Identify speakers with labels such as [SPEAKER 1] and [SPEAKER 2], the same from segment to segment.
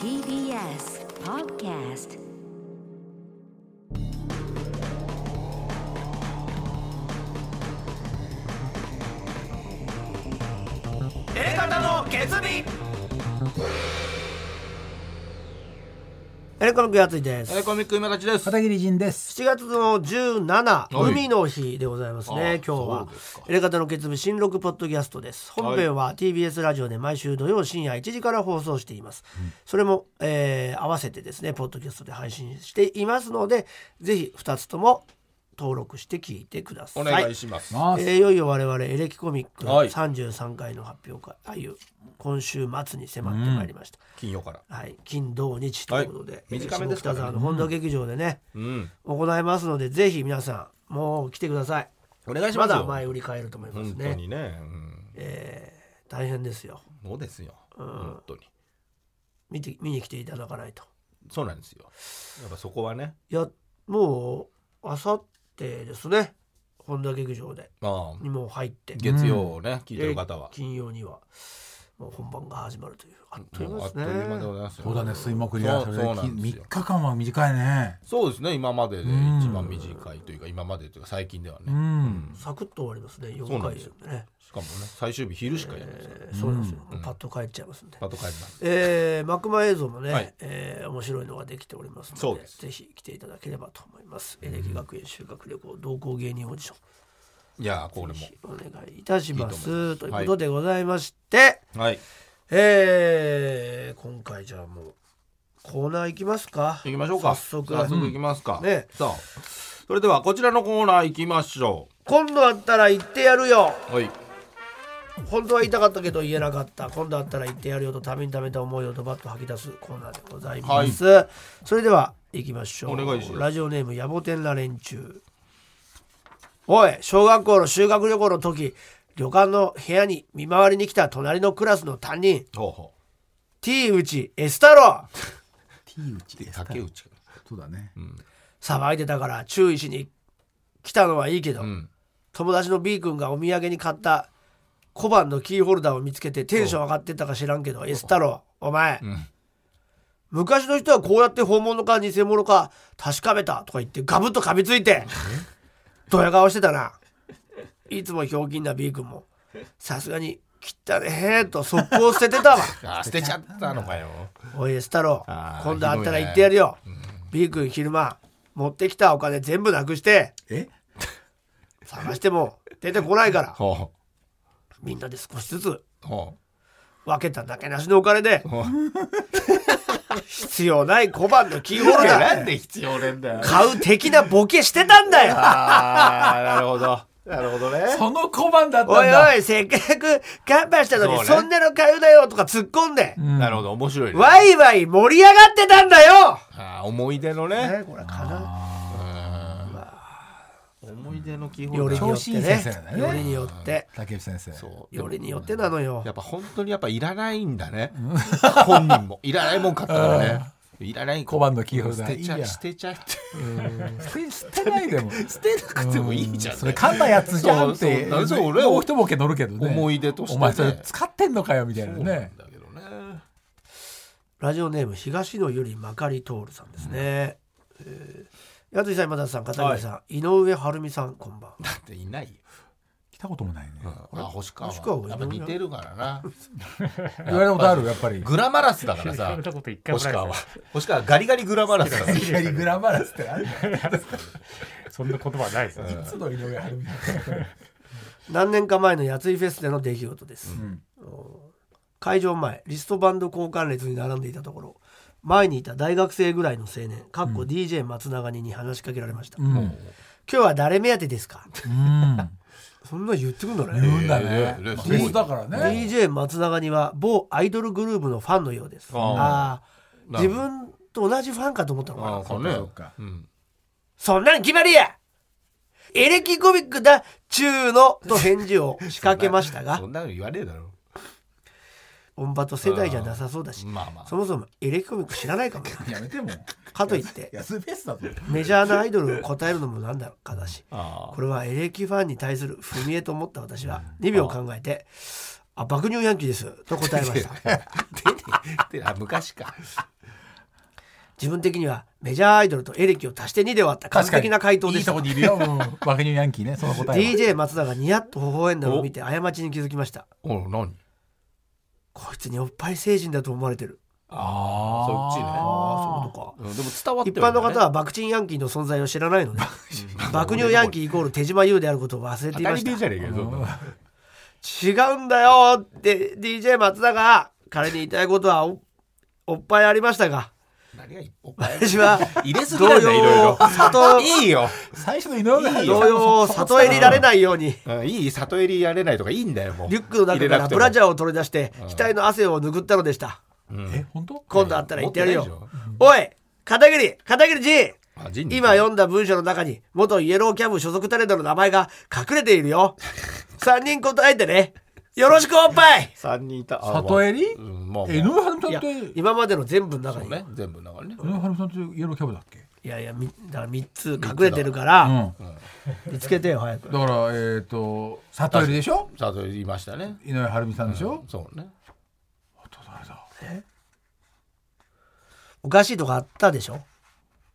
[SPEAKER 1] TBS Podcast
[SPEAKER 2] 方の決意
[SPEAKER 3] エレコミックやついです。
[SPEAKER 2] エレコミック今立ちです
[SPEAKER 4] 片桐仁です。
[SPEAKER 3] 7月の17、
[SPEAKER 2] はい
[SPEAKER 3] 海の日でございます
[SPEAKER 2] ああ
[SPEAKER 3] ね、今日は
[SPEAKER 2] そうですか。
[SPEAKER 3] エレカタの決意新録ポッドキャストです。本編は TBS ラジオで毎週土曜深夜1時から放送しています。それも、えー合わせてですね、ポッドキャストで配信していますので、ぜひ2つとも登録して聞いてくださ
[SPEAKER 2] お
[SPEAKER 3] い。
[SPEAKER 2] 願いします、
[SPEAKER 4] まあ、
[SPEAKER 3] えーいよいよ我々エレキコミック
[SPEAKER 2] はい
[SPEAKER 3] 33回の発表会、あゆ、今週末に迫ってまいりました。
[SPEAKER 2] 金曜から
[SPEAKER 3] はい、金土日ということで、
[SPEAKER 2] はい短めですからね
[SPEAKER 3] 下北沢の本田劇場でね、
[SPEAKER 2] うん
[SPEAKER 3] 行いますのでぜひ皆さんもう来てください
[SPEAKER 2] お願いしま
[SPEAKER 3] ます
[SPEAKER 2] よ
[SPEAKER 3] だ前売り買えると思います
[SPEAKER 2] 本当
[SPEAKER 3] ね
[SPEAKER 2] にね、うん、
[SPEAKER 3] 大変ですよ
[SPEAKER 2] そうですよ、本当に
[SPEAKER 3] 見て見に来ていただかないと
[SPEAKER 2] そうなんですよやっぱそこはね
[SPEAKER 3] いやもうあさってですね本田劇場で
[SPEAKER 2] まあ
[SPEAKER 3] にもう入って
[SPEAKER 2] 月曜をね、聞いてる方は
[SPEAKER 3] で金曜にはもう本番が始まるというあっという
[SPEAKER 2] もう
[SPEAKER 3] 間
[SPEAKER 2] あ
[SPEAKER 3] です
[SPEAKER 2] っとい
[SPEAKER 3] ね
[SPEAKER 2] う間でございますよ
[SPEAKER 4] そうだね、水木リハーサルで
[SPEAKER 2] そうそうなんです
[SPEAKER 4] 3
[SPEAKER 2] よ
[SPEAKER 4] 日間は短いね。
[SPEAKER 2] そうですね今までで
[SPEAKER 4] ん
[SPEAKER 2] 一番短いというか今までというか最近ではね、
[SPEAKER 4] うん。
[SPEAKER 3] サクッと終わりますね
[SPEAKER 2] そう
[SPEAKER 3] 4
[SPEAKER 2] なん
[SPEAKER 3] 回
[SPEAKER 2] で
[SPEAKER 3] ですす
[SPEAKER 2] よ
[SPEAKER 3] よね
[SPEAKER 2] しかもね最終日昼しかやらないですから、
[SPEAKER 3] えーそうなんですよ、もうパッと帰っちゃいますんで
[SPEAKER 2] パッと帰ります
[SPEAKER 3] えー、マクマ映像もね、
[SPEAKER 2] はい
[SPEAKER 3] えー面白いのができておりますので
[SPEAKER 2] そうです
[SPEAKER 3] ぜひ来ていただければと思います。エレキ学園修学旅行同行芸人オーディション
[SPEAKER 2] いやーこれも
[SPEAKER 3] お願いいたします。
[SPEAKER 2] いい
[SPEAKER 3] と
[SPEAKER 2] と思います
[SPEAKER 3] いうことでございまして、
[SPEAKER 2] はい
[SPEAKER 3] えー今回じゃあもうコーナー行きますか。
[SPEAKER 2] 行きましょうか
[SPEAKER 3] 早速
[SPEAKER 2] 早速行きますか、
[SPEAKER 3] うんね
[SPEAKER 2] さあそれではこちらのコーナー行きましょ
[SPEAKER 3] 今度あったら言ってやるよ
[SPEAKER 2] うはい
[SPEAKER 3] 本当は言いたかったけど言えなかった今度あったら言ってやるよとためにためた思いをドバッと吐き出すコーナーでございます、それでは行きましょう
[SPEAKER 2] お願いします
[SPEAKER 3] ラジオネーム野暮天な連中おい小学校の修学旅行の時旅館の部屋に見回りに来た隣のクラスの担任
[SPEAKER 2] ほうほ
[SPEAKER 3] T 内 S 太郎
[SPEAKER 4] T 打ち
[SPEAKER 2] う竹内
[SPEAKER 4] そうだね。
[SPEAKER 3] さばいてたから注意しに来たのはいいけど、
[SPEAKER 2] ん
[SPEAKER 3] 友達の B 君がお土産に買った小判のキーホルダーを見つけてテンション上がってたか知らんけど S 太郎お前、
[SPEAKER 2] ん
[SPEAKER 3] 昔の人はこうやって本物か偽物か確かめたとか言ってガブッと噛みついてドヤ顔してたないつもひょうきんな B 君もさすがに切ったねーと速攻捨ててたわ
[SPEAKER 2] あー捨てちゃったのかよ
[SPEAKER 3] おい S 太郎
[SPEAKER 2] あー
[SPEAKER 3] 今度会ったら
[SPEAKER 2] ひどい
[SPEAKER 3] 言
[SPEAKER 2] ね
[SPEAKER 3] ってやるよ、B 君昼間持ってきたお金全部なくして
[SPEAKER 4] え
[SPEAKER 3] 探しても出てこないから
[SPEAKER 2] ほ
[SPEAKER 3] みんなで少しずつ
[SPEAKER 2] うほ
[SPEAKER 3] 分けただけなしのお金で
[SPEAKER 2] うほう
[SPEAKER 3] 必要ない小判のキーホル
[SPEAKER 2] な
[SPEAKER 3] ダ
[SPEAKER 2] ん
[SPEAKER 3] ー
[SPEAKER 2] で必要ねんだよ
[SPEAKER 3] 買う的なボケしてたんだよ
[SPEAKER 2] あーなるほどなるほどね
[SPEAKER 4] その小判だったんだ。
[SPEAKER 3] おいおいせっかく乾杯したのに
[SPEAKER 2] そうね
[SPEAKER 3] そんなの買うなよとか突っ込んで
[SPEAKER 2] なるほど面白いね
[SPEAKER 3] ワイワイ盛り上がってたんだよ
[SPEAKER 2] あー思い出のね
[SPEAKER 3] ねこれかな
[SPEAKER 2] 思い出の基
[SPEAKER 3] よりによ
[SPEAKER 2] 本
[SPEAKER 3] って
[SPEAKER 4] 超新
[SPEAKER 3] ね
[SPEAKER 4] 鮮だよね
[SPEAKER 3] よりによって
[SPEAKER 4] 竹内先生。
[SPEAKER 2] そう
[SPEAKER 3] よりによってなのよ
[SPEAKER 2] やっぱ本当にやっぱいらないんだね本人もいらないもん買ったからねいらない
[SPEAKER 4] 小判のキーホル
[SPEAKER 2] 捨
[SPEAKER 4] ダー
[SPEAKER 2] てち
[SPEAKER 4] いい
[SPEAKER 2] ゃ
[SPEAKER 4] や
[SPEAKER 2] 捨てちゃって
[SPEAKER 4] 捨て捨てないでも。
[SPEAKER 2] 捨てなくてもいいじゃん
[SPEAKER 4] それ噛んだやつじゃんっ
[SPEAKER 2] そう
[SPEAKER 4] て。
[SPEAKER 2] そう
[SPEAKER 4] も
[SPEAKER 2] なん
[SPEAKER 4] う
[SPEAKER 2] で俺を
[SPEAKER 4] 一ボケ乗るけどね。
[SPEAKER 2] 思い出としてね
[SPEAKER 4] お前それ使ってんのかよみたいな
[SPEAKER 2] そうなんだ
[SPEAKER 4] ね。
[SPEAKER 2] けどね
[SPEAKER 3] ラジオネーム東野由里まかりとおるさんですね、えー、やついさん今田さん片桐さん、井上晴美さんこん ばん
[SPEAKER 2] だっていないよ
[SPEAKER 4] 来たこともないね。
[SPEAKER 2] あ星川
[SPEAKER 3] 星川
[SPEAKER 2] やっぱ似てるから な
[SPEAKER 4] 言われたことあるやっぱり。
[SPEAKER 2] グラマラスだから
[SPEAKER 5] 言わ
[SPEAKER 2] さ
[SPEAKER 5] れたこと一回も
[SPEAKER 2] 星
[SPEAKER 5] ない
[SPEAKER 2] 川は星川はガリガリグラマラスだから
[SPEAKER 4] いきなりグラマラスってある
[SPEAKER 5] そんな言葉はないですね。
[SPEAKER 4] つの井上晴美。
[SPEAKER 3] 何年か前のやついフェスでの出来事です、お会場前リストバンド交換列に並んでいたところ前にいた大学生ぐらいの青年かっこ DJ 松永にに話しかけられました、
[SPEAKER 4] うん。う
[SPEAKER 3] 今
[SPEAKER 4] ん。
[SPEAKER 3] 日は誰目当てですかそんな言ってくんだね、
[SPEAKER 4] 言うんだね。
[SPEAKER 2] えー
[SPEAKER 4] フェスだからね。
[SPEAKER 3] DJ 松永には某アイドルグループのファンのようです
[SPEAKER 2] あ
[SPEAKER 3] あ
[SPEAKER 2] な
[SPEAKER 3] あ自
[SPEAKER 2] るほど
[SPEAKER 3] 分と同じファンかと思ったのかな
[SPEAKER 2] あそうね
[SPEAKER 4] そうか
[SPEAKER 2] うん
[SPEAKER 3] そんなん決まりやエレキコミックだ中のと返事を仕掛けました が
[SPEAKER 2] そんなの言わねえだろ
[SPEAKER 3] 音場と世代じゃなさそうだし、
[SPEAKER 2] まあまあ
[SPEAKER 3] そもそもエレキコミック知らないかもね
[SPEAKER 4] やめてもう。
[SPEAKER 3] かといって
[SPEAKER 4] 安いフェスだぞ。
[SPEAKER 3] メジャーなアイドルを答えるのもなんだ かだし
[SPEAKER 2] あ
[SPEAKER 3] これはエレキファンに対する踏み絵と思った私は2秒考えてあ爆乳ヤンキーですと答えました
[SPEAKER 2] で であ昔か
[SPEAKER 3] 自分的にはメジャーアイドルとエレキを足して2で割った完璧な回答でした
[SPEAKER 4] いいとこにいるよ。うん。バケニューヤンキーね、その答えは。
[SPEAKER 3] DJ 松田がニヤッと微笑んだのを見て過ちに気づきました
[SPEAKER 2] おう何
[SPEAKER 3] こいつにおっぱい成人だと思われてる
[SPEAKER 4] あ
[SPEAKER 2] そっちね
[SPEAKER 3] ああそうか
[SPEAKER 2] うんでも伝わって
[SPEAKER 3] 一般の
[SPEAKER 2] はい
[SPEAKER 3] 方
[SPEAKER 2] るんだね
[SPEAKER 3] は爆ンヤンキーの存在を知らないので 爆乳ヤンキーイコール手島優であることを忘れてい
[SPEAKER 2] 当た
[SPEAKER 3] ま
[SPEAKER 2] り
[SPEAKER 3] した
[SPEAKER 2] 前じゃねえけど
[SPEAKER 3] 違うんだよって DJ 松田が彼に言いたいことはおおっぱいありましたが
[SPEAKER 2] 何が一歩
[SPEAKER 3] 私は
[SPEAKER 2] 入れすぎ
[SPEAKER 3] 同
[SPEAKER 2] なんだいろ
[SPEAKER 3] 様
[SPEAKER 2] い
[SPEAKER 3] を里
[SPEAKER 2] ろ いいよ
[SPEAKER 4] 最初の井上が
[SPEAKER 2] いいよ
[SPEAKER 3] 同様を里襟られないように
[SPEAKER 2] うんいい里襟やれないとかいいんだよもう
[SPEAKER 3] リュックの中からブラジャーを取り出して額の汗を拭ったのでした
[SPEAKER 4] え、本当
[SPEAKER 3] 今度あったら言ってやる
[SPEAKER 2] 持って
[SPEAKER 3] よ
[SPEAKER 2] ないでし
[SPEAKER 3] おい片桐片桐 G
[SPEAKER 2] あジ ン
[SPEAKER 3] 今読んだ文章の中に元イエローキャブ所属タレントの名前が隠れている よ3人答えてねよろしくおっぱい
[SPEAKER 2] 3人いたあ
[SPEAKER 4] 里襟
[SPEAKER 2] うんまあまあ
[SPEAKER 4] え井上春
[SPEAKER 3] い
[SPEAKER 4] 美さん
[SPEAKER 3] や
[SPEAKER 4] って、井
[SPEAKER 3] 今までの全部の中
[SPEAKER 2] そう
[SPEAKER 3] に、
[SPEAKER 2] ね全部だからね
[SPEAKER 4] 上春美さんってイエローキャブだっけ
[SPEAKER 3] いやいやみだから3つ隠れてるから
[SPEAKER 4] うん。
[SPEAKER 3] 見つけてよ早く
[SPEAKER 4] だから、えっと、里襟でしょ
[SPEAKER 2] 里襟いましたね
[SPEAKER 4] 井上晴美さんでしょ
[SPEAKER 2] そうね
[SPEAKER 4] あと誰だ
[SPEAKER 3] おかしいとかあったでしょ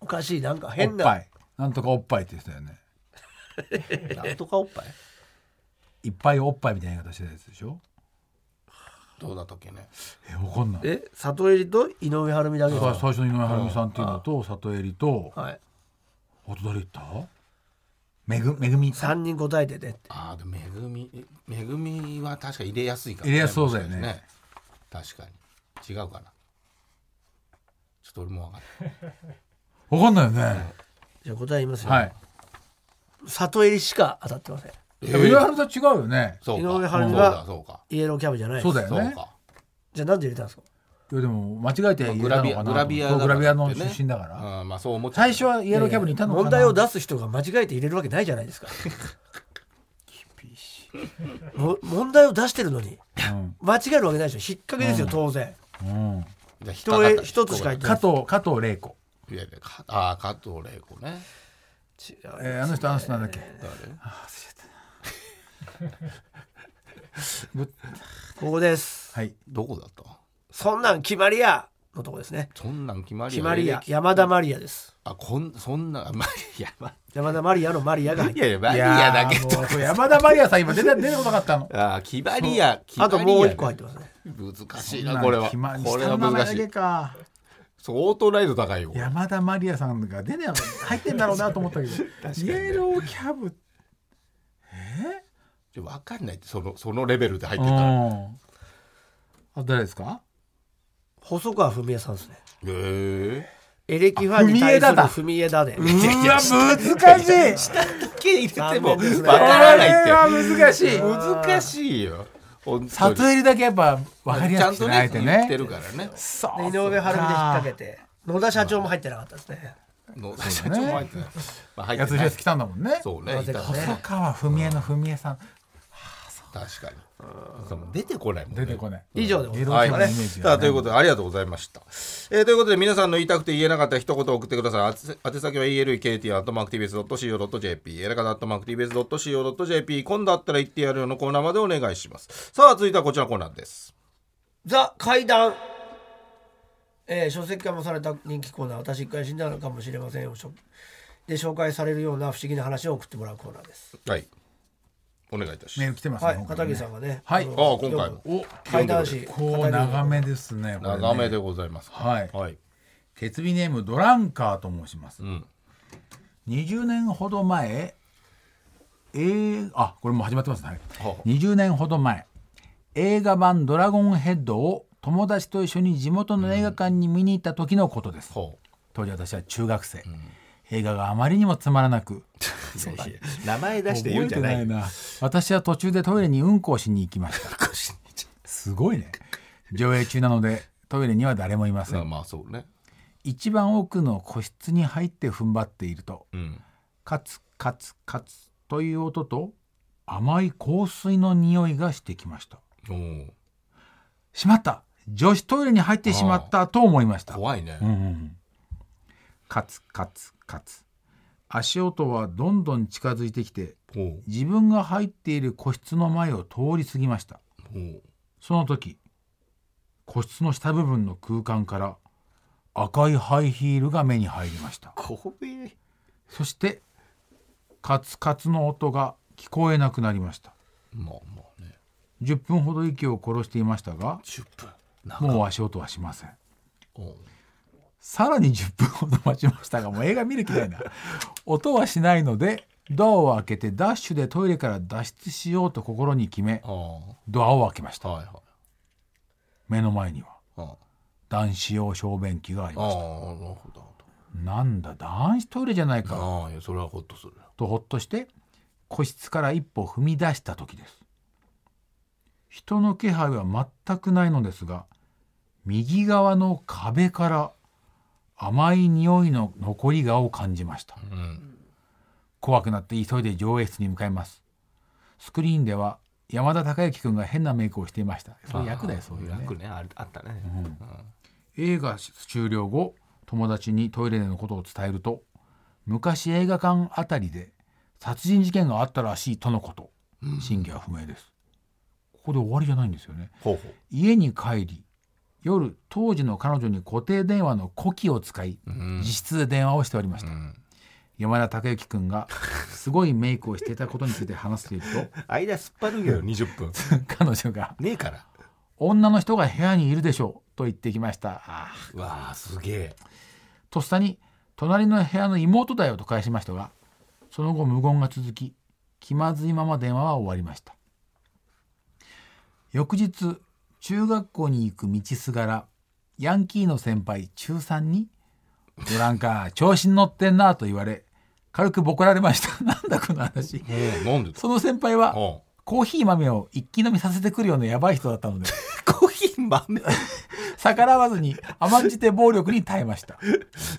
[SPEAKER 3] おかしいなんか
[SPEAKER 4] おっ
[SPEAKER 3] 変
[SPEAKER 4] ぱ。
[SPEAKER 3] ない
[SPEAKER 4] なんとかおっぱいって言ってたよね。
[SPEAKER 2] なんとかおっぱい
[SPEAKER 4] いっぱいおっぱいみたいな言い方してたやつでしょ
[SPEAKER 2] どうだったっけね
[SPEAKER 4] え、わかんない。
[SPEAKER 3] え里襟と井上晴美だけ
[SPEAKER 4] さ
[SPEAKER 3] ど
[SPEAKER 4] 最初の井上晴美さんっていうのと、里襟と、あ
[SPEAKER 3] はい、
[SPEAKER 4] と誰言っためぐ、めぐみ。
[SPEAKER 3] 3人答えてねって
[SPEAKER 2] ああでもめぐみえめぐみは確か入れやすいから
[SPEAKER 4] 入れやすそうだよね
[SPEAKER 2] もしかしてね確かに違うかなちょっと俺も分かんない
[SPEAKER 4] わかんないよね。
[SPEAKER 3] じゃあ答え言いますよ、
[SPEAKER 4] はい。
[SPEAKER 3] 里襟しか当たってません
[SPEAKER 4] でも井上晴美さん違うよね。
[SPEAKER 2] そうか
[SPEAKER 3] 井上晴美
[SPEAKER 2] そ
[SPEAKER 3] が
[SPEAKER 2] うだそうか
[SPEAKER 3] イエローキャブじゃないです
[SPEAKER 4] そうだよ
[SPEAKER 2] そう
[SPEAKER 4] ね。
[SPEAKER 2] か
[SPEAKER 3] じゃあなんで入れたんですか
[SPEAKER 4] いやでも間違えて
[SPEAKER 2] グラビア
[SPEAKER 4] グ
[SPEAKER 2] グ
[SPEAKER 4] ラ
[SPEAKER 2] ラ
[SPEAKER 4] ビ
[SPEAKER 2] ビ
[SPEAKER 4] ア
[SPEAKER 2] アだ
[SPEAKER 4] のグ
[SPEAKER 2] から
[SPEAKER 4] ラビアの
[SPEAKER 2] ってね
[SPEAKER 4] 出身だから。
[SPEAKER 2] うんまあそう思っちゃう
[SPEAKER 4] 最初はイエローキャブにいたのかな。
[SPEAKER 3] 問題を出す人が間違えて入れるわけないじゃないですかも問題を出してるのに
[SPEAKER 4] うん
[SPEAKER 3] 間違えるわけないでしょ引っ掛けですよ、当然
[SPEAKER 4] うん。
[SPEAKER 2] じゃあ引っか
[SPEAKER 3] 人
[SPEAKER 2] か
[SPEAKER 3] へ一つ
[SPEAKER 2] った
[SPEAKER 3] しか入ってな
[SPEAKER 4] 加
[SPEAKER 3] い
[SPEAKER 4] 藤加藤玲子。
[SPEAKER 2] いやいやかああ加藤玲子ね
[SPEAKER 3] 違う
[SPEAKER 4] えーあの人あの人なんだっけ。
[SPEAKER 3] ここです
[SPEAKER 4] はい。
[SPEAKER 2] どこだった
[SPEAKER 3] そんなん決まりやのとこですね
[SPEAKER 2] そんなん決まり
[SPEAKER 3] 決まりや
[SPEAKER 2] 履歴
[SPEAKER 3] 山田マリアです
[SPEAKER 2] あこんそんな まあいやまあ
[SPEAKER 3] 山田マリアのマリアが入って
[SPEAKER 2] いやいやマリアだけ
[SPEAKER 4] い
[SPEAKER 2] ど
[SPEAKER 4] やーもうこれ山田マリアさん今出て出てこなかったの。
[SPEAKER 2] ああ決まりや
[SPEAKER 3] あともう一個入
[SPEAKER 2] は
[SPEAKER 3] ってますね
[SPEAKER 2] 難しいなこれは
[SPEAKER 4] 決まり
[SPEAKER 2] これ
[SPEAKER 4] 下
[SPEAKER 2] は
[SPEAKER 4] の名前
[SPEAKER 2] 難
[SPEAKER 4] だ
[SPEAKER 2] し
[SPEAKER 4] け
[SPEAKER 2] い
[SPEAKER 4] か。
[SPEAKER 2] 相当難易度高いよこれ
[SPEAKER 4] 山田マリアさんが出てな入ってんだろうなと思った けど。イエローキャブ。
[SPEAKER 2] ちょわかんないってそのそのレベルで入っ
[SPEAKER 4] う
[SPEAKER 2] てたらへ
[SPEAKER 4] ん。あ誰ですか。
[SPEAKER 3] 細川文江さんですね
[SPEAKER 2] え
[SPEAKER 3] エレキファンに対する文江だで
[SPEAKER 4] うわ難しい。
[SPEAKER 2] 手入れてもわ
[SPEAKER 3] 残念ですね
[SPEAKER 2] からないって
[SPEAKER 4] これは難しい。
[SPEAKER 2] 難しいよ本当に
[SPEAKER 4] 里襟だけやっぱ分かり
[SPEAKER 2] ちゃ
[SPEAKER 4] や
[SPEAKER 2] ん
[SPEAKER 4] すく
[SPEAKER 2] と
[SPEAKER 4] ねあえ
[SPEAKER 2] ね
[SPEAKER 4] て
[SPEAKER 2] 言
[SPEAKER 4] ね
[SPEAKER 2] ってるからね
[SPEAKER 4] そう
[SPEAKER 3] で井上晴美で引っ掛けて野田社長も入ってなかったですね
[SPEAKER 2] の社長も入ってないまあ入っ
[SPEAKER 4] やつ
[SPEAKER 2] て
[SPEAKER 4] り
[SPEAKER 2] な
[SPEAKER 4] や
[SPEAKER 2] い
[SPEAKER 4] つ来たんだもんね
[SPEAKER 2] そうね
[SPEAKER 3] ない
[SPEAKER 2] たね
[SPEAKER 4] 細川文江の文江さん
[SPEAKER 2] 確かにでも出てこないもんね
[SPEAKER 4] 出てこない
[SPEAKER 3] 以上でございます
[SPEAKER 2] はい、
[SPEAKER 4] イエローキャブのイメージがね
[SPEAKER 2] さあということでありがとうございました、えーということで皆さんの言いたくて言えなかった一言を送ってくださいあつ宛先は elkt.mactvs.co.jp エレカタ .mactvs.co.jp 今度あったら言ってやるよのコーナーまでお願いしますさあ続いてはこちらのコーナーです
[SPEAKER 3] ザ・怪談、えー書籍化もされた人気コーナー「私一回死んだのかもしれませんをしょ」で紹介されるような不思議な話を送ってもらうコーナーです。
[SPEAKER 2] はいお願いいたし
[SPEAKER 4] メー
[SPEAKER 2] ま
[SPEAKER 4] ル来てます
[SPEAKER 3] は
[SPEAKER 4] ね
[SPEAKER 3] い、
[SPEAKER 4] 今
[SPEAKER 3] 片
[SPEAKER 4] 回ね
[SPEAKER 3] 桐さんがね、
[SPEAKER 4] はい
[SPEAKER 3] の
[SPEAKER 2] ああ今回も
[SPEAKER 4] お
[SPEAKER 3] 怪談師
[SPEAKER 4] こう長めですね
[SPEAKER 2] す
[SPEAKER 4] これね
[SPEAKER 2] 長めでございます
[SPEAKER 4] はい
[SPEAKER 2] はい
[SPEAKER 4] 鉄尾ネームドランカーと申します
[SPEAKER 2] ん
[SPEAKER 4] 20年ほど前えー、あこれもう始まってますね、は、
[SPEAKER 2] はい
[SPEAKER 4] 20年ほど前映画版「ドラゴンヘッド」を友達と一緒に地元の映画館に見に行った時のことです、
[SPEAKER 2] ほう
[SPEAKER 4] 当時私は中学生、映画があまりにもつまら なく
[SPEAKER 2] 名前出して言う
[SPEAKER 4] 覚え
[SPEAKER 2] んじゃ
[SPEAKER 4] て
[SPEAKER 2] な
[SPEAKER 4] ないいな私は途中でトイレにうんこをしに行きました すごいね上映中なのでトイレには誰もいませ
[SPEAKER 2] まあ
[SPEAKER 4] ん
[SPEAKER 2] まあそうね
[SPEAKER 4] 一番奥の個室に入って踏ん張っていると
[SPEAKER 2] うん
[SPEAKER 4] カツカツカツという音と甘い香水の匂いがしてきました
[SPEAKER 2] おー
[SPEAKER 4] しまった女子トイレに入ってしまったと思いました
[SPEAKER 2] 怖いね、
[SPEAKER 4] うんうんうんカツカツカツ足音はどんどん近づいてきて
[SPEAKER 2] ほう
[SPEAKER 4] 自分が入っている個室の前を通り過ぎました
[SPEAKER 2] ほうん
[SPEAKER 4] その時個室の下部分の空間から赤いハイヒールが目に入りました
[SPEAKER 2] 怖え
[SPEAKER 4] そしてカツカツの音が聞こえなくなりました
[SPEAKER 2] まあまあね
[SPEAKER 4] 10分ほど息を殺していましたが
[SPEAKER 2] 10分な
[SPEAKER 4] もう足音はしません
[SPEAKER 2] うん
[SPEAKER 4] さらに10分ほど待ちましたがもう映画見る気ないな音はしないのでドアを開けてダッシュでトイレから脱出しようと心に決め
[SPEAKER 2] ああ
[SPEAKER 4] ドアを開けました
[SPEAKER 2] はいはい
[SPEAKER 4] 目の前には
[SPEAKER 2] ああ
[SPEAKER 4] 男子用小便器があり
[SPEAKER 2] ああ
[SPEAKER 4] まし
[SPEAKER 2] なるほどなるほ
[SPEAKER 4] たなんだ男子トイレじゃない
[SPEAKER 2] ど
[SPEAKER 4] か
[SPEAKER 2] ああいやそれはホッとする
[SPEAKER 4] とほっとして個室から一歩踏み出した時です人の気配は全くないのですが右側の壁から甘い匂いの残り顔を感じました
[SPEAKER 2] うん
[SPEAKER 4] 怖くなって急いで上映室に向かいますスクリーンでは山田孝之君が変なメイクをしていましたそれ役だよそういうね
[SPEAKER 2] 役ねあれあったね
[SPEAKER 4] 映画終了後友達にトイレでのことを伝えると昔映画館あたりで殺人事件があったらしいとのこと真偽は不明ですここで終わりじゃないんですよね
[SPEAKER 2] ほうほう
[SPEAKER 4] 家に帰り夜当時の彼女に固定電話の呼気を使い
[SPEAKER 2] うん
[SPEAKER 4] 自室で電話をしておりまし
[SPEAKER 2] う
[SPEAKER 4] た、
[SPEAKER 2] ん
[SPEAKER 4] 山田孝之君がすごいメイクをしていたことについて話している
[SPEAKER 2] 間すっぱ抜けよ20分
[SPEAKER 4] と 彼女が
[SPEAKER 2] ねえから
[SPEAKER 4] 「女の人が部屋にいるでしょう」と言ってきましたあー
[SPEAKER 2] うわあすげえ
[SPEAKER 4] とっさに「隣の部屋の妹だよ」と返しましたがその後無言が続き気まずいまま電話は終わりました翌日中学校に行く道すがらヤンキーの先輩中3に「ドランカー調子に乗ってんな」と言われ軽くボコられました なんだこの話
[SPEAKER 2] うんなんでだ
[SPEAKER 4] その先輩は
[SPEAKER 2] うん
[SPEAKER 4] コーヒー豆を一気飲みさせてくるようなやばい人だったので
[SPEAKER 2] コーヒー豆
[SPEAKER 4] 逆らわずに甘んじて暴力に耐えました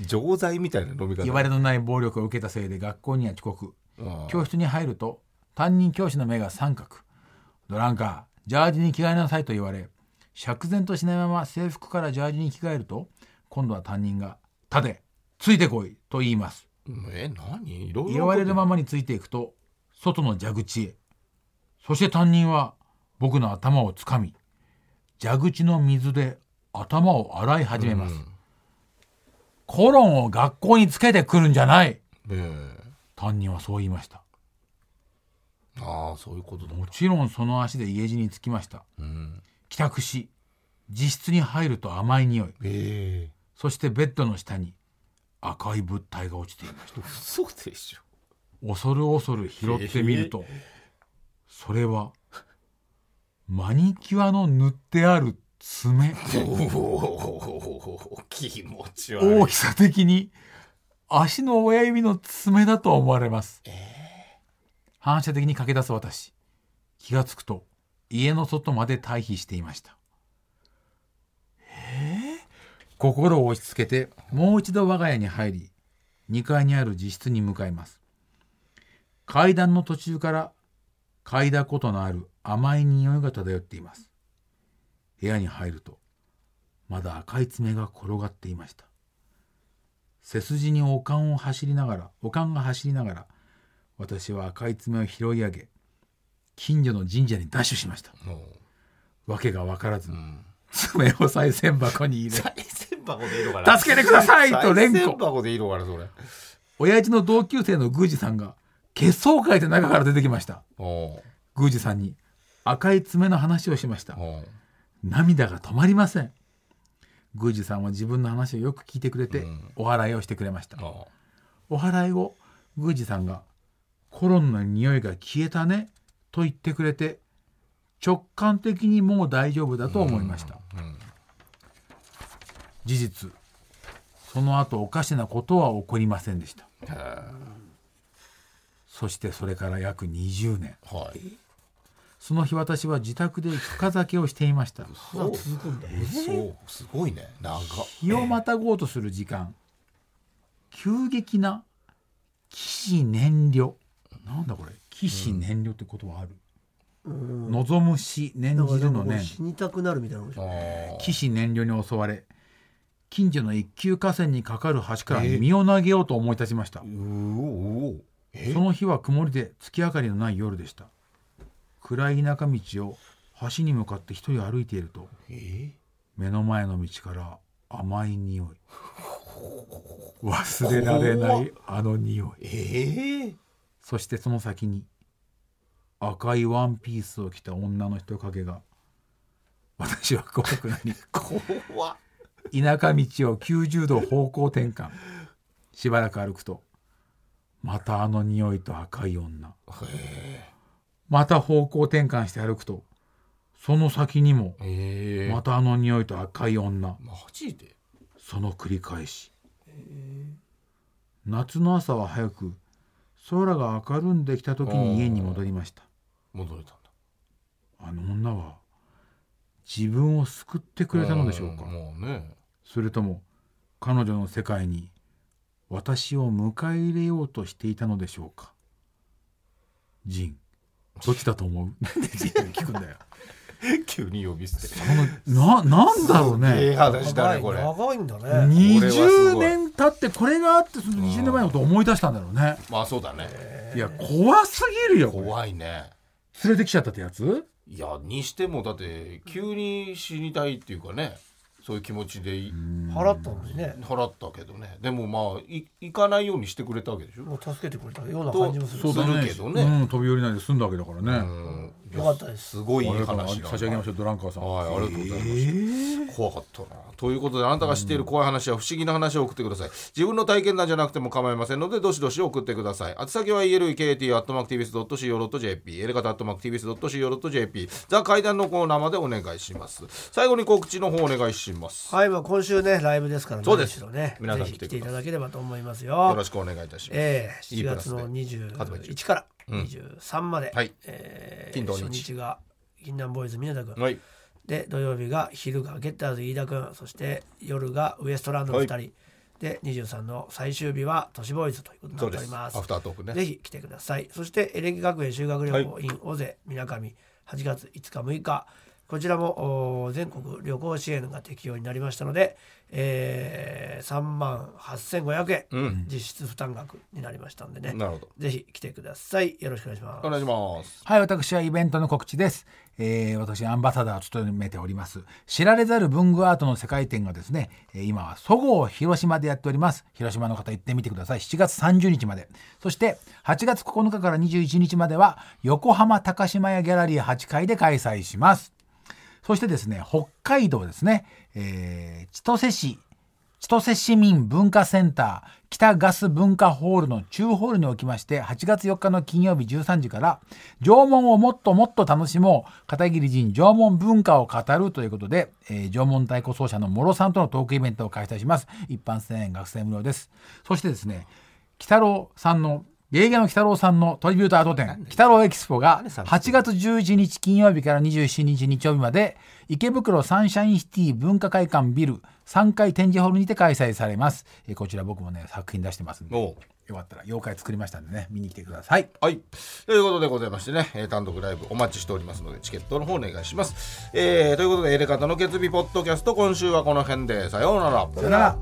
[SPEAKER 2] 錠剤みたいな飲み方
[SPEAKER 4] 言われのない暴力を受けたせいで学校には遅刻
[SPEAKER 2] うん
[SPEAKER 4] 教室に入ると担任教師の目が三角ドランカージャージに着替えなさいと言われ釈然としないまま制服からジャージに着替えると今度は担任が「立てついてこい」と言います
[SPEAKER 2] え何いろいろ
[SPEAKER 4] 言われるままについていくと外の蛇口へそして担任は僕の頭をつかみ蛇口の水で頭を洗い始めます、コロンを学校につけてくるんじゃない
[SPEAKER 2] ええ
[SPEAKER 4] 担任はそう言いました
[SPEAKER 2] ああそういうことだ
[SPEAKER 4] もちろんその足で家路に着きました
[SPEAKER 2] うん
[SPEAKER 4] 帰宅し自室に入ると甘い匂い
[SPEAKER 2] ええ
[SPEAKER 4] そしてベッドの下に赤い物体が落ちていました
[SPEAKER 2] 嘘でしょ
[SPEAKER 4] 恐る恐る拾ってみるとそれはマニキュアの塗ってある爪
[SPEAKER 2] おお気持ち悪い
[SPEAKER 4] 大きさ的に足の親指の爪だと思われます、反射的に駆け出す私気がつくと家の外まで退避していましたえー心を押し付けてもう一度我が家に入り2階にある自室に向かいます階段の途中から嗅いだことのある甘い匂いが漂っています部屋に入るとまだ赤い爪が転がっていました背筋におかんを走りながらおかんが走りながら私は赤い爪を拾い上げ近所の神社にダッシュしました
[SPEAKER 2] うん
[SPEAKER 4] わけが分からず、
[SPEAKER 2] ん
[SPEAKER 4] 爪を賽銭箱に入れ
[SPEAKER 2] 大銭箱でいいのかな
[SPEAKER 4] 助けてくださいと連
[SPEAKER 2] 大
[SPEAKER 4] 呼
[SPEAKER 2] 銭箱でいいのかなそれ
[SPEAKER 4] 親父の同級生の宮司さんが血相会で中から出てきました
[SPEAKER 2] おう
[SPEAKER 4] 宮司さんに赤い爪の話をしました
[SPEAKER 2] おう
[SPEAKER 4] 涙が止まりません宮司さんは自分の話をよく聞いてくれて、
[SPEAKER 2] うん
[SPEAKER 4] お祓いをしてくれました
[SPEAKER 2] おう
[SPEAKER 4] お祓い後宮司さんが「コロンの匂いが消えたね」と言ってくれて直感的にもう大丈夫だと思いました、事実その後おかしなことは起こりませんでしたそしてそれから約20年
[SPEAKER 2] はい
[SPEAKER 4] その日私は自宅で深酒をしていました
[SPEAKER 3] まだ続くんだよ
[SPEAKER 2] そうすごいね長っ
[SPEAKER 4] 日をまたごうとする時間急激な起死燃料なんだこれ起死燃料って言葉ある、望む死念
[SPEAKER 3] だから
[SPEAKER 4] じ
[SPEAKER 3] な
[SPEAKER 4] る
[SPEAKER 3] んか
[SPEAKER 4] の
[SPEAKER 3] もう
[SPEAKER 4] ね
[SPEAKER 3] 死にたくなるみたいなこと
[SPEAKER 2] お
[SPEAKER 3] でし
[SPEAKER 2] う
[SPEAKER 4] 起死燃料に襲われ近所の一級河川にかかる橋から身を投げようと思い立ちました、
[SPEAKER 2] うおうおうえ
[SPEAKER 4] その日は曇りで月明かりのない夜でした暗い田舎道を橋に向かって一人歩いていると目の前の道から甘い匂い忘れられないあの匂い
[SPEAKER 2] ええ
[SPEAKER 4] そしてその先に赤いワンピースを着た女の人影が私は怖くなり
[SPEAKER 2] 怖っ
[SPEAKER 4] 田舎道を90度方向転換しばらく歩くとまたあの匂いと赤い女また方向転換して歩くとその先にも
[SPEAKER 2] ええ
[SPEAKER 4] またあの匂いと赤い女
[SPEAKER 2] マジで
[SPEAKER 4] その繰り返し夏の朝は早く空が明るんできた時に家に戻りました
[SPEAKER 2] 戻れたんだ
[SPEAKER 4] あの女は自分を救ってくれたのでしょうか
[SPEAKER 2] んもうね
[SPEAKER 4] それとも彼女の世界に私を迎え入れようとしていたのでしょうかジンどっちだと思うなんで ジンに聞くんだよ
[SPEAKER 2] 急に呼び捨て
[SPEAKER 4] ななんだろう
[SPEAKER 2] ええ
[SPEAKER 4] ね
[SPEAKER 2] 話だねこれ
[SPEAKER 3] 長いんだね。
[SPEAKER 4] 20年経ってこれがあってその20年前のことを思い出したんだろうね
[SPEAKER 2] まあそうだね
[SPEAKER 4] いや怖すぎるよこれ
[SPEAKER 2] 怖いね
[SPEAKER 4] 連れてきちゃったってやつ
[SPEAKER 2] いやにしてもだって急に死にたいっていうかねそういう気持ちでい
[SPEAKER 3] 払ったのにね。
[SPEAKER 2] 払ったけどねでもまあい行かないようにしてくれたわけでしょ
[SPEAKER 3] もう助けてくれたような感じもする。
[SPEAKER 2] そうだねするけどね
[SPEAKER 4] うん、飛び降りないで済んだわけだからね、
[SPEAKER 2] うん
[SPEAKER 3] よかったです。
[SPEAKER 2] すごいいい
[SPEAKER 4] あれから
[SPEAKER 2] 話だ
[SPEAKER 4] 差し上げましょうドランカーさん
[SPEAKER 2] はい、ありがとうございました、怖かったな。ということで、あなたが知っている怖い話や不思議な話を送ってください。自分の体験談じゃなくても構いませんので、どしどし送ってください。宛先は elkt.mactvs.co.jp、エレカタ .mactvs.co.jp、ザ階段のコーナーまでお願いします。最後に告知の方お願いします。
[SPEAKER 3] はい、まあ今週ねライブですからね。
[SPEAKER 2] そうです
[SPEAKER 3] 一度ね。
[SPEAKER 2] 皆さん
[SPEAKER 3] ぜひ
[SPEAKER 2] 来て
[SPEAKER 3] 来
[SPEAKER 2] ください
[SPEAKER 3] ていただければと思いますよ。
[SPEAKER 2] よろしくお願いいたします。
[SPEAKER 3] ええ
[SPEAKER 2] い
[SPEAKER 3] 7
[SPEAKER 2] いプラ
[SPEAKER 3] 月
[SPEAKER 2] スで
[SPEAKER 3] の
[SPEAKER 2] 発売
[SPEAKER 3] 21から23まで、
[SPEAKER 2] はい
[SPEAKER 3] ええ
[SPEAKER 2] 金土日
[SPEAKER 3] 初日が銀杏ボーイズ宮田君、
[SPEAKER 2] はい。
[SPEAKER 3] で土曜日が昼がゲッターズ飯田君そして夜がウエストランドの2人、
[SPEAKER 2] は
[SPEAKER 3] で23の最終日は都市ボーイズということになって
[SPEAKER 2] そうで
[SPEAKER 3] おり
[SPEAKER 2] す。
[SPEAKER 3] ま
[SPEAKER 2] ア
[SPEAKER 3] す
[SPEAKER 2] フタートークね。
[SPEAKER 3] ぜひ来てくださいそしてエレキ学園修学旅行 in 尾瀬みなかみ8月5日6日こちらもおー全国旅行支援が適用になりましたので、えー、3万8500円、
[SPEAKER 2] うん
[SPEAKER 3] 実質負担額になりましたんでね
[SPEAKER 2] なるほど。
[SPEAKER 3] ぜひ来てくださいよろしくお願いします
[SPEAKER 2] お願いします。
[SPEAKER 4] はい、私はイベントの告知です。えー私、アンバサダーを務めております。知られざる文具アートの世界展がですね、えー今は、そごう広島でやっております。広島の方行ってみてください。7月30日まで。そして、8月9日から21日までは、横浜高島屋ギャラリー8階で開催します。そしてですね、北海道ですね、えー千歳市、千歳市民文化センター北ガス文化ホールの中ホールにおきまして8月4日の金曜日13時から縄文をもっともっと楽しもう片桐人縄文文化を語るということで、えー縄文太鼓奏者の諸さんとのトークイベントを開催します一般1000円学生無料ですそしてですね鬼太郎さんの芸芸の鬼太郎さんのトリビュートアート展鬼太郎エキスポが8月11日金曜日から27日日曜日まで池袋サンシャインシティ文化会館ビル3階展示ホールにて開催されます、えーこちら僕もね作品出してますんで
[SPEAKER 2] おう
[SPEAKER 4] よかったら妖怪作りましたんでね見に来てください
[SPEAKER 2] はい。ということでございましてね、えー単独ライブお待ちしておりますので、チケットの方お願いします。えーということで、エレカタの決日ポッドキャスト、今週はこの辺で、さようなら。
[SPEAKER 4] さよなら